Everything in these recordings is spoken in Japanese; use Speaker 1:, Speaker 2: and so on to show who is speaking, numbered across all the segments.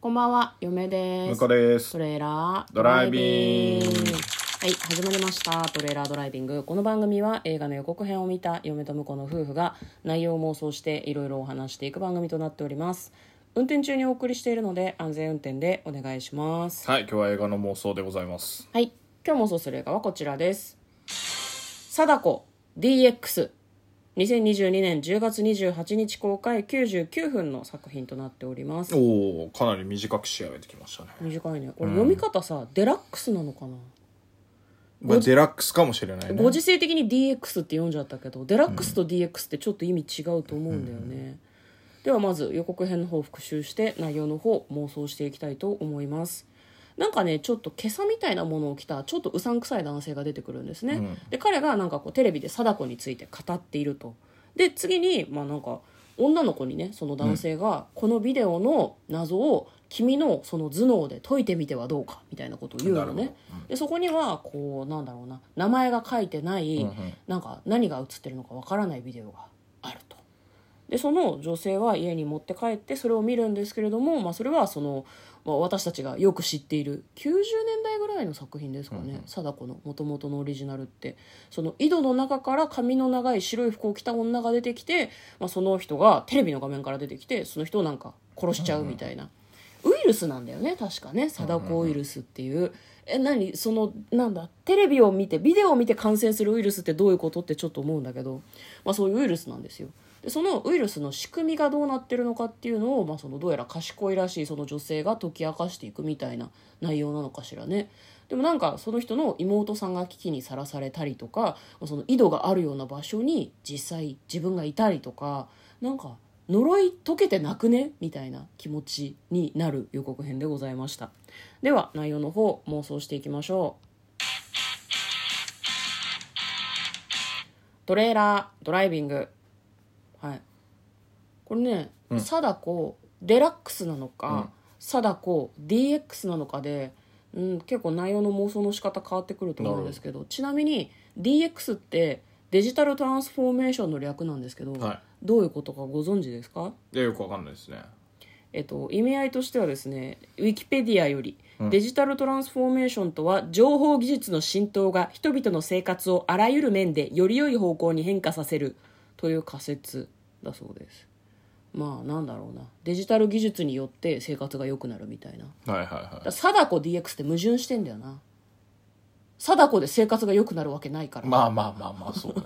Speaker 1: こんばんは、嫁で
Speaker 2: 向
Speaker 1: す。
Speaker 2: こうです
Speaker 1: トレーラード
Speaker 2: ドライビング
Speaker 1: はい、始まりました。トレーラードライビング。この番組は映画の予告編を見た嫁と婿の夫婦が内容を妄想していろいろお話していく番組となっております。運転中にお送りしているので安全運転でお願いします。
Speaker 2: はい今日は映画の妄想でございます
Speaker 1: はい、今日妄想する映画はこちらです。貞子 DX。2022年10月28日公開99分の作品となっております。
Speaker 2: おおかなり短く仕上げてきましたね
Speaker 1: 短いねこれ読み方さ、デラックスなのかな、
Speaker 2: まあデラックスかもしれないね
Speaker 1: ご時世的に DX って読んじゃったけどデラックスと DX ってちょっと意味違うと思うんだよね、ではまず予告編の方を復習して内容の方妄想していきたいと思いますなんかねちょっと今朝みたいなものを着たちょっとうさんくさい男性が出てくるんですね、で彼がなんかこうテレビで貞子について語っているとで次にまあなんか女の子にねその男性が、このビデオの謎を君のその頭脳で解いてみてはどうかみたいなことを言うの
Speaker 2: なる
Speaker 1: ね、でそこにはこうなんだろうな名前が書いてない、なんか何が映ってるのかわからないビデオがあると。でその女性は家に持って帰ってそれを見るんですけれども、まあ、それはその、まあ、私たちがよく知っている90年代ぐらいの作品ですかね、貞子の元々のオリジナルってその井戸の中から髪の長い白い服を着た女が出てきて、まあ、その人がテレビの画面から出てきてその人をなんか殺しちゃうみたいな、ウイルスなんだよね確かね貞子ウイルスっていう,、え何そのなんだテレビを見てビデオを見て感染するウイルスってどういうことってちょっと思うんだけど、まあ、そういうウイルスなんですよでそのウイルスの仕組みがどうなってるのかっていうのを、まあ、そのどうやら賢いらしいその女性が解き明かしていくみたいな内容なのかしらねでもなんかその人の妹さんが危機にさらされたりとかその井戸があるような場所に実際自分がいたりとかなんか呪い解けてなくねみたいな気持ちになる予告編でございましたでは内容の方妄想していきましょうトレーラードライビングはいこれね、貞子デラックスなのか、貞子 DX なのかで、うん、結構内容の妄想の仕方変わってくると思うんですけどちなみに DX ってデジタルトランスフォーメーションの略なんですけど、
Speaker 2: は
Speaker 1: どういうことかご存知ですか
Speaker 2: いいやよくわかんないですね
Speaker 1: えっと、意味合いとしてはですねウィキペディアより、デジタルトランスフォーメーションとは情報技術の浸透が人々の生活をあらゆる面でより良い方向に変化させるという仮説だそうですまあなんだろうなデジタル技術によって生活が良くなるみたいな
Speaker 2: はいはいは
Speaker 1: だ貞子 DX って矛盾してんだよな貞子で生活が良くなるわけないから
Speaker 2: いまあまあまあまあそうね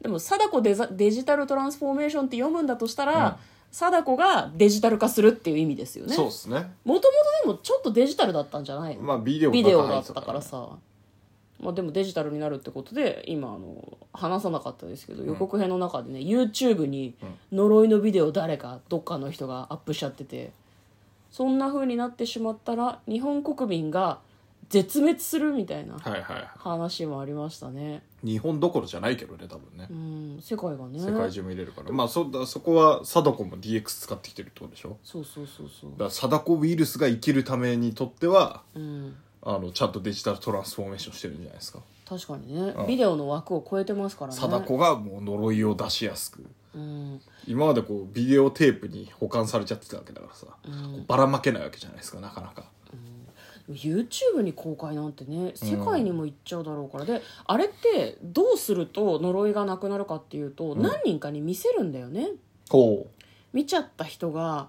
Speaker 1: でも貞子デザデジタルトランスフォーメーションって読むんだとしたら、貞子がデジタル化するっていう意味ですよ ね
Speaker 2: そうっすね
Speaker 1: もともとでもちょっとデジタルだったんじゃないの、
Speaker 2: まあビデオ
Speaker 1: ビデオだったからさ、まあ、でもデジタルになるってことで今あの話さなかったですけど予告編の中でね、YouTube に呪いのビデオ誰かどっかの人がアップしちゃっててそんな風になってしまったら日本国民が絶滅するみたいな
Speaker 2: はいはいは
Speaker 1: 話もありましたね、
Speaker 2: い日本どころじゃないけどね多分ね
Speaker 1: うん、世界がね
Speaker 2: 世界中も入れるからまあそだそこは貞子も DX 使ってきてるってことでしょ
Speaker 1: そうそうそうそう
Speaker 2: だから貞子ウイルスが生きるためにとっては
Speaker 1: うん
Speaker 2: あのちゃんとデジタルトランスフォーメーションしてるんじゃないですか
Speaker 1: 確かにねビデオの枠を超えてますからね
Speaker 2: 貞子がもう呪いを出しやすく
Speaker 1: うん
Speaker 2: 今までこうビデオテープに保管されちゃってたわけだからさ、こうばらまけないわけじゃないですかなかなか
Speaker 1: YouTube に公開なんてね世界にも行っちゃうだろうから、であれってどうすると呪いがなくなるかっていうと、何人かに見せるんだよね
Speaker 2: ほ
Speaker 1: 見ちゃった人が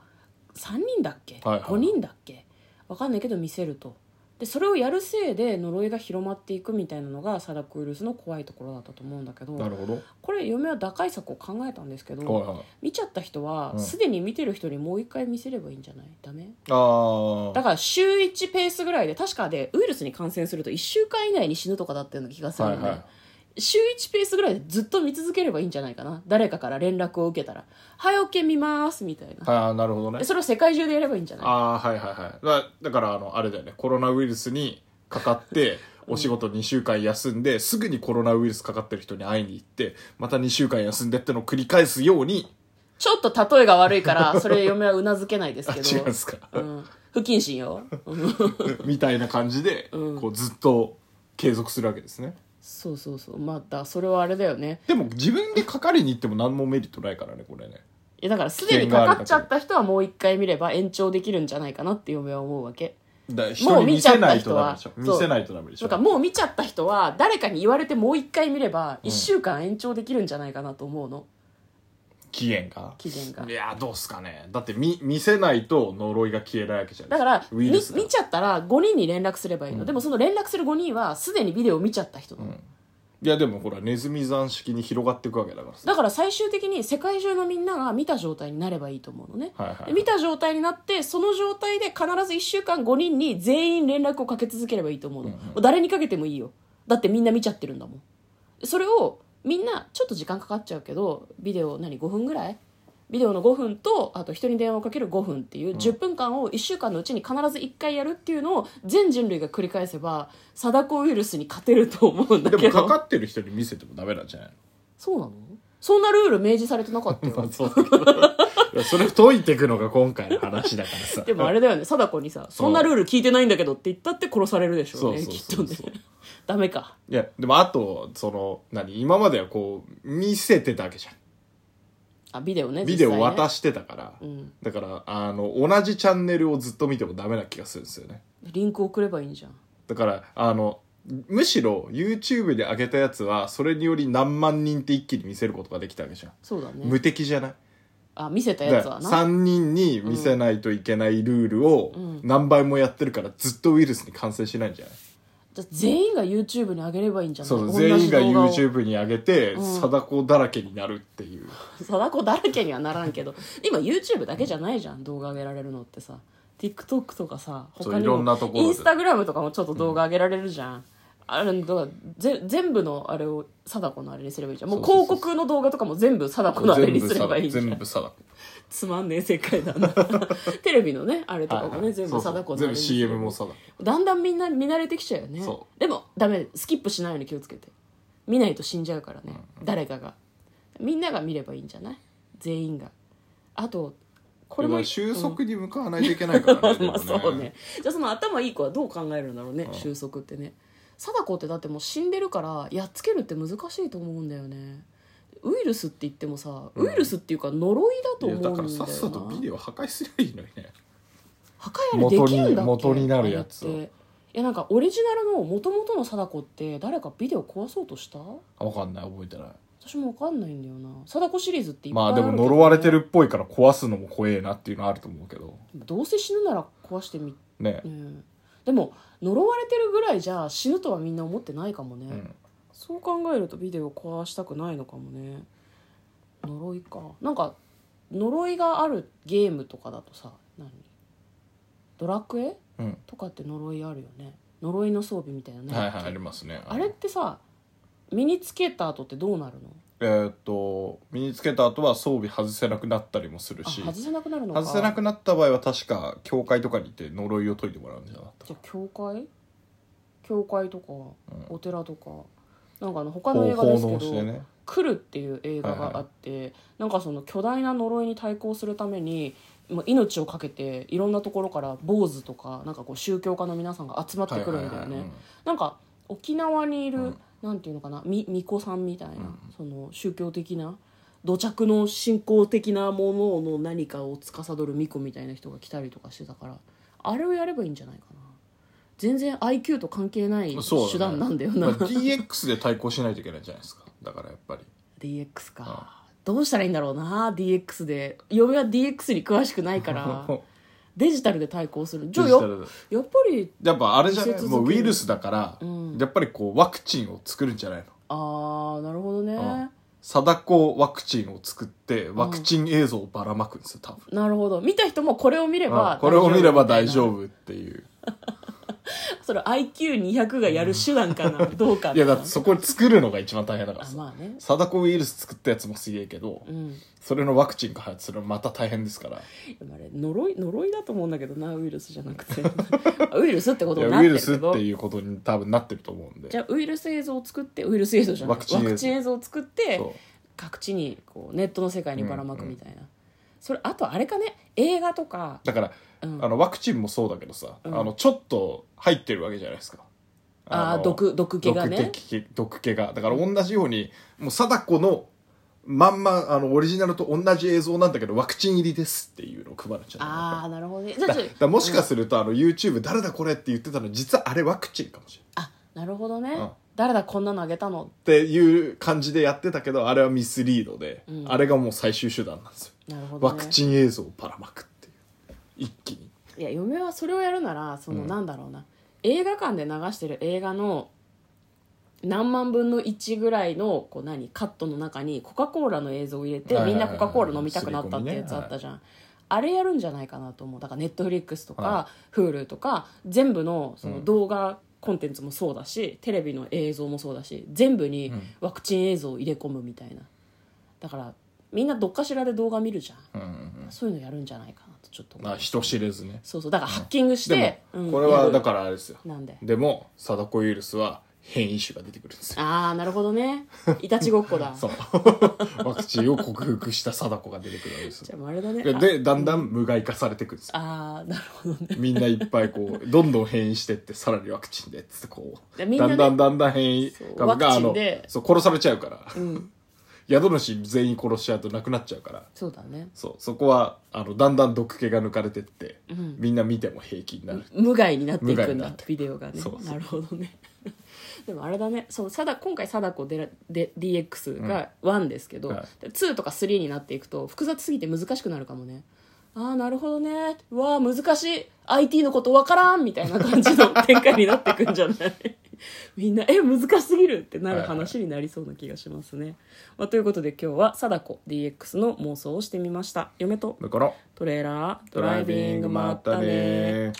Speaker 1: 3人だっけ、
Speaker 2: はいはい
Speaker 1: 5人だっけ分かんないけど見せるとでそれをやるせいで呪いが広まっていくみたいなのがサダクウイルスの怖いところだったと思うんだけど
Speaker 2: うなるほど、
Speaker 1: これ嫁は打開策を考えたんですけど、
Speaker 2: はいはい
Speaker 1: 見ちゃった人は
Speaker 2: ん
Speaker 1: すで、に見てる人にもう一回見せればいいんじゃないダメ
Speaker 2: あ
Speaker 1: だから週1ペースぐらいで確かでウイルスに感染すると1週間以内に死ぬとかだったような気がす
Speaker 2: あ
Speaker 1: るの
Speaker 2: はい
Speaker 1: で、
Speaker 2: は
Speaker 1: 週1ペースぐらいでずっと見続ければいいんじゃないかな誰かから連絡を受けたら「はい OK 見ます」みたい
Speaker 2: い
Speaker 1: な、
Speaker 2: ああなるほどね
Speaker 1: でそれを世界中でやればいいんじゃない
Speaker 2: ああはいはいはいだだからあのあれだよねコロナウイルスにかかってお仕事2週間休んですぐにコロナウイルスかかってる人に会いに行ってまた2週間休んでってのを繰り返すよう に
Speaker 1: ちょっと例えが悪いからそれ嫁はうなずけないです
Speaker 2: あ
Speaker 1: け
Speaker 2: 違うん
Speaker 1: ど
Speaker 2: ですか、
Speaker 1: うん、不謹慎よ、うん
Speaker 2: みたいな感じで、こうずっと継続するわけですね
Speaker 1: そうそうそうまたそれはあれだよね
Speaker 2: でも自分でかかりに行っても何もメリットないからねこれね
Speaker 1: いやだからすでにかかっちゃった人はもう一回見れば延長できるんじゃないかなって嫁は思うわけ
Speaker 2: だから
Speaker 1: も
Speaker 2: 人
Speaker 1: う
Speaker 2: に
Speaker 1: 見
Speaker 2: 見
Speaker 1: ちゃ
Speaker 2: せ
Speaker 1: った
Speaker 2: ないとダメでしょ
Speaker 1: 人は
Speaker 2: 見せないとダメでし
Speaker 1: だ
Speaker 2: ょ
Speaker 1: からもう見ちゃった人は誰かに言われてもう一回見れば1週間延長できるんじゃないかなと思うの
Speaker 2: 期限が
Speaker 1: 期限が
Speaker 2: いやどうすかねだって見見せないと呪いが消えないわけじゃ
Speaker 1: だ
Speaker 2: ない
Speaker 1: から
Speaker 2: ウイ
Speaker 1: み
Speaker 2: ル
Speaker 1: 見
Speaker 2: スが
Speaker 1: ちゃったら5人に連絡すればいいの、
Speaker 2: うん
Speaker 1: でもその連絡する5人はすでにビデオを見ちゃった人なの、
Speaker 2: うんいやでもほらネズミ山式に広がっていくわけだからさ
Speaker 1: だから最終的に世界中のみんなが見た状態になればいいと思うのね、
Speaker 2: はいはいはい
Speaker 1: で見た状態になってその状態で必ず1週間5人に全員連絡をかけ続ければいいと思うの、
Speaker 2: うんうん
Speaker 1: もう誰にかけてもいいよだってみんな見ちゃってるんだもんそれをみんなちょっと時間かかっちゃうけどビデオ何5分ぐらいビデオの5分とあと人に電話をかける5分っていう10分間を1週間のうちに必ず1回やるっていうのを全人類が繰り返せばサダコウイルスに勝てると思うんだ
Speaker 2: で
Speaker 1: け
Speaker 2: も
Speaker 1: ど
Speaker 2: かかってる人に見せてもダメなんじゃない
Speaker 1: そうなのそんなルール明示されてなかった
Speaker 2: のまあ
Speaker 1: よ
Speaker 2: そうだけど いやそれ解いていくのが今回の話だからさ
Speaker 1: でもあれだよね貞子にさ「そんなルール聞いてないんだけど」って言ったって殺されるでしょうね
Speaker 2: そう
Speaker 1: きっ
Speaker 2: そ
Speaker 1: と
Speaker 2: うそ
Speaker 1: ね
Speaker 2: う そう
Speaker 1: ダメか
Speaker 2: いやでもあとその何今まではこう見せてたわけじゃん
Speaker 1: あビデオね
Speaker 2: ビデオ
Speaker 1: 実際ね
Speaker 2: 渡してたから、
Speaker 1: うん
Speaker 2: だからあの同じチャンネルをずっと見てもダメな気がするんですよね
Speaker 1: リンク送ればいいんじゃん
Speaker 2: だからあのむしろ YouTube で上げたやつはそれにより何万人って一気に見せることができたわけじゃん、
Speaker 1: そうだね
Speaker 2: 無敵じゃない
Speaker 1: あ見せたや
Speaker 2: だ
Speaker 1: つは
Speaker 2: から
Speaker 1: な
Speaker 2: 3人に見せないといけないルールを
Speaker 1: うん
Speaker 2: 何倍もやってるからずっとウイルスに感染しないんじゃない、
Speaker 1: じゃあ全員が YouTube に上げればいいんじゃない
Speaker 2: そう
Speaker 1: 同じ
Speaker 2: 全員が
Speaker 1: 動画を
Speaker 2: YouTube に上げて
Speaker 1: うん
Speaker 2: 貞子だらけになるっていう、
Speaker 1: 貞子だらけにはならんけど今 YouTube だけじゃないじゃん動画上げられるのってさ TikTok とかさ
Speaker 2: そう
Speaker 1: 他に
Speaker 2: いろんなとこ
Speaker 1: も
Speaker 2: ろで
Speaker 1: インスタグラムとかもちょっと動画上げられるじゃん、あれだからぜ全部のあれを貞子のあれにすればいいじゃんもう
Speaker 2: そうそう
Speaker 1: 広
Speaker 2: そう
Speaker 1: 告の動画とかも全部貞子のあれにすればいいじゃ
Speaker 2: 全
Speaker 1: ん
Speaker 2: 部貞子
Speaker 1: つまんねえ世界だな テレビのねあれとかもね、
Speaker 2: はいはい
Speaker 1: 全
Speaker 2: そ
Speaker 1: 部
Speaker 2: うそう
Speaker 1: 貞子のあ
Speaker 2: 全
Speaker 1: れ
Speaker 2: 部
Speaker 1: にすれば
Speaker 2: CM も貞子
Speaker 1: だんだんみんな見慣れてきちゃうよね
Speaker 2: そ
Speaker 1: でもダメスキップしないように気をつけて見ないと死んじゃうからね、誰かがみんなが見ればいいんじゃない全員があとこれ
Speaker 2: で
Speaker 1: も
Speaker 2: も収束に向かわないといけないからね,でも
Speaker 1: まあ
Speaker 2: ね、
Speaker 1: そうねじゃあその頭いい子はどう考えるんだろうね、収束ってね貞子ってだってもう死んでるからやっつけるって難しいと思うんだよねウイルスって言ってもさウイルスっていうか呪いだと
Speaker 2: い
Speaker 1: 思
Speaker 2: や
Speaker 1: うんだ
Speaker 2: だ
Speaker 1: よ
Speaker 2: か
Speaker 1: な、
Speaker 2: らさっさとビデオ破壊すりゃいいのにね
Speaker 1: 破壊あれできるんだっけ
Speaker 2: 元に元になるやつを
Speaker 1: あれっていやなんかオリジナルの元々の貞子って誰かビデオ壊そうとした
Speaker 2: 分かんない覚えてない
Speaker 1: 私もわかんないんだよな貞子シリーズっていっぱい
Speaker 2: ま
Speaker 1: あ
Speaker 2: あ
Speaker 1: る
Speaker 2: で
Speaker 1: けど
Speaker 2: も
Speaker 1: ね
Speaker 2: 呪われてるっぽいから壊すのも怖えなっていうのはあると思うけど
Speaker 1: どうせ死ぬなら壊してみ
Speaker 2: ね
Speaker 1: うんでも呪われてるぐらいじゃ死ぬとはみんな思ってないかもね、
Speaker 2: うん
Speaker 1: そう考えるとビデオ壊したくないのかもね呪いかなんか呪いがあるゲームとかだとさ何ドラクエ
Speaker 2: うん
Speaker 1: とかって呪いあるよね呪いの装備みたいなね、
Speaker 2: はいはいありますね
Speaker 1: あれってさ身につけた後ってどうなるの
Speaker 2: えーっと身につけた後は装備外せなくなったりもする
Speaker 1: あ
Speaker 2: し
Speaker 1: 外せなくなるのか
Speaker 2: 外せなくなった場合は確か教会とかに行って呪いを解いてもらうんじゃなかっ
Speaker 1: じゃあ教会教会とか、
Speaker 2: う
Speaker 1: お寺とかなんかあの
Speaker 2: た
Speaker 1: 他の映画ですけ
Speaker 2: 奉して
Speaker 1: ど
Speaker 2: ね
Speaker 1: 「来る」っていう映画があって、なんかその巨大な呪いに対抗するためにもう命を懸けていろんなところから坊主とかなんかこう宗教家の皆さんが集まってくるんだよね、
Speaker 2: はいはいはいうん
Speaker 1: なんか沖縄にいる、
Speaker 2: うん
Speaker 1: なんていうのかなみ巫女さんみたいな、
Speaker 2: ん
Speaker 1: その宗教的な土着の信仰的なものの何かを司る巫女みたいな人が来たりとかしてたからあれをやればいいんじゃないかな全然 IQ と関係ない
Speaker 2: そうだね
Speaker 1: 手段なんだよ
Speaker 2: ま
Speaker 1: な、
Speaker 2: あ DX で対抗しないといけないんじゃないですかだからやっぱり
Speaker 1: DX かどうしたらいいんだろうな DX で嫁は DX に詳しくないから デジタルで対抗するじゃあや
Speaker 2: デジタル
Speaker 1: やっぱり
Speaker 2: やっぱあれじゃ
Speaker 1: 見
Speaker 2: ない
Speaker 1: せ続け
Speaker 2: も
Speaker 1: る
Speaker 2: うウイルスだから、
Speaker 1: ん
Speaker 2: やっぱりこうワクチンを作るんじゃないの
Speaker 1: ああなるほどね、
Speaker 2: うん貞子ワクチンを作ってワクチン映像をばらまくんですよ多分、
Speaker 1: なるほど見た人もこれを見れば、
Speaker 2: うんこれを見れば大
Speaker 1: 夫
Speaker 2: 丈夫っていう
Speaker 1: それ IQ200 がやる手段かな、どうかない
Speaker 2: やだってそこ作るのが一番大変だから
Speaker 1: あ
Speaker 2: さ、
Speaker 1: まあね
Speaker 2: 貞子ウイルス作ったやつもすげえけど、
Speaker 1: うん
Speaker 2: それのワクチンが開発するのまた大変ですから
Speaker 1: でもあれ呪い呪いだと思うんだけどなウイルスじゃなくて ウイルスってこと
Speaker 2: い
Speaker 1: に
Speaker 2: や
Speaker 1: なって
Speaker 2: ウイ
Speaker 1: る
Speaker 2: ル
Speaker 1: け
Speaker 2: スっ
Speaker 1: ど
Speaker 2: ていうことに多分なってると思うんで
Speaker 1: じゃあウイルス映像を作ってウイルス映像じゃない
Speaker 2: ワクチン映像
Speaker 1: 映像を作って
Speaker 2: そう
Speaker 1: 各地にこうネットの世界にばらまくみたいな、それあとあれかね映画とか
Speaker 2: だから、
Speaker 1: うん
Speaker 2: あのワクチンもそうだけどさ、
Speaker 1: うん
Speaker 2: あのちょっと入ってるわけじゃないですか
Speaker 1: ああ
Speaker 2: の
Speaker 1: 毒毒気がね
Speaker 2: 毒的毒気がだから同じようにもう貞子のまんまあのオリジナルと同じ映像なんだけどワクチン入りですっていうのを配るんじゃ
Speaker 1: あ
Speaker 2: な
Speaker 1: あなるほどねじ
Speaker 2: い
Speaker 1: ゃあ
Speaker 2: だ
Speaker 1: ちょ
Speaker 2: だもしかすると、あの YouTube 誰だこれって言ってたの実はあれワクチンかもしれない
Speaker 1: あなるほどね、
Speaker 2: うん
Speaker 1: 誰だこんなのあげたの
Speaker 2: っていう感じでやってたけどあれはミスリードで、
Speaker 1: うん
Speaker 2: あれがもう最終手段なんですよ、
Speaker 1: なるほど、ね、
Speaker 2: ワクチン映像をばらまくっていう一気に
Speaker 1: いや嫁はそれをやるならその、
Speaker 2: うん
Speaker 1: なんだろうな映画館で流してる映画の何万分の1ぐらいのこう何カットの中にコカ・コーラの映像を入れて
Speaker 2: はいはい
Speaker 1: み
Speaker 2: は
Speaker 1: んな
Speaker 2: いは
Speaker 1: いコカ・コーラ飲みたくなったってやつあったじゃん、あれやるんじゃないかなと思うだからネットフリックスと
Speaker 2: は
Speaker 1: か Hulu とか全部のそうの
Speaker 2: ん
Speaker 1: 動画コンテンツもそうだしテレビの映像もそうだし全部に
Speaker 2: うん
Speaker 1: ワクチン映像を入れ込むみたいなだからみんなどっかしらで動画見るじゃん
Speaker 2: うんうんうん
Speaker 1: そういうのやるんじゃないかなとちょっと思う
Speaker 2: まあ人知れずね
Speaker 1: そうそうだからハッキングして
Speaker 2: でも、
Speaker 1: うん
Speaker 2: これはだ
Speaker 1: や
Speaker 2: からあれですよ
Speaker 1: るなんで
Speaker 2: でも貞子ウイルスは変異種が出てくるんですよ
Speaker 1: ああなるほど ねいたちごっこだ
Speaker 2: そう ワクチンを克服した貞子が出てくるわけです
Speaker 1: じゃ
Speaker 2: よ
Speaker 1: あもうあれだね
Speaker 2: で
Speaker 1: あ
Speaker 2: でだんだん無害化されていくんですよ
Speaker 1: あーなるほどね
Speaker 2: みんないっぱいこう どんどん変異してってさらにワクチンでっつってこう
Speaker 1: でみんなね
Speaker 2: だんだんだんだん変異
Speaker 1: そう
Speaker 2: 株が
Speaker 1: ワ
Speaker 2: あ
Speaker 1: クチン
Speaker 2: の
Speaker 1: で
Speaker 2: そう殺されちゃうから、
Speaker 1: うん
Speaker 2: 宿主全員殺しちゃうとなくなっちゃうから
Speaker 1: そうだね
Speaker 2: そうそこはあのだんだん毒気が抜かれてって、
Speaker 1: ん
Speaker 2: みんな見ても平気になる、
Speaker 1: 無害になっていく
Speaker 2: 無害
Speaker 1: ん
Speaker 2: に
Speaker 1: だ
Speaker 2: なって
Speaker 1: ビデオがね
Speaker 2: そうそ
Speaker 1: な
Speaker 2: う
Speaker 1: るほどね でもあれだねそう貞今回貞子でらで DX が1ですけど、
Speaker 2: はい
Speaker 1: で2とか3になっていくと複雑すぎて難しくなるかもねああなるほどねうわあ難しい IT のことわからんみたいな感じの展開になっていくんじゃない みんなえ難しすぎるってなる話になりそうな気がしますね、まあ、ということで今日は貞子 DX の妄想をしてみました嫁と
Speaker 2: だから
Speaker 1: トレーラード
Speaker 2: ドライビングもあったね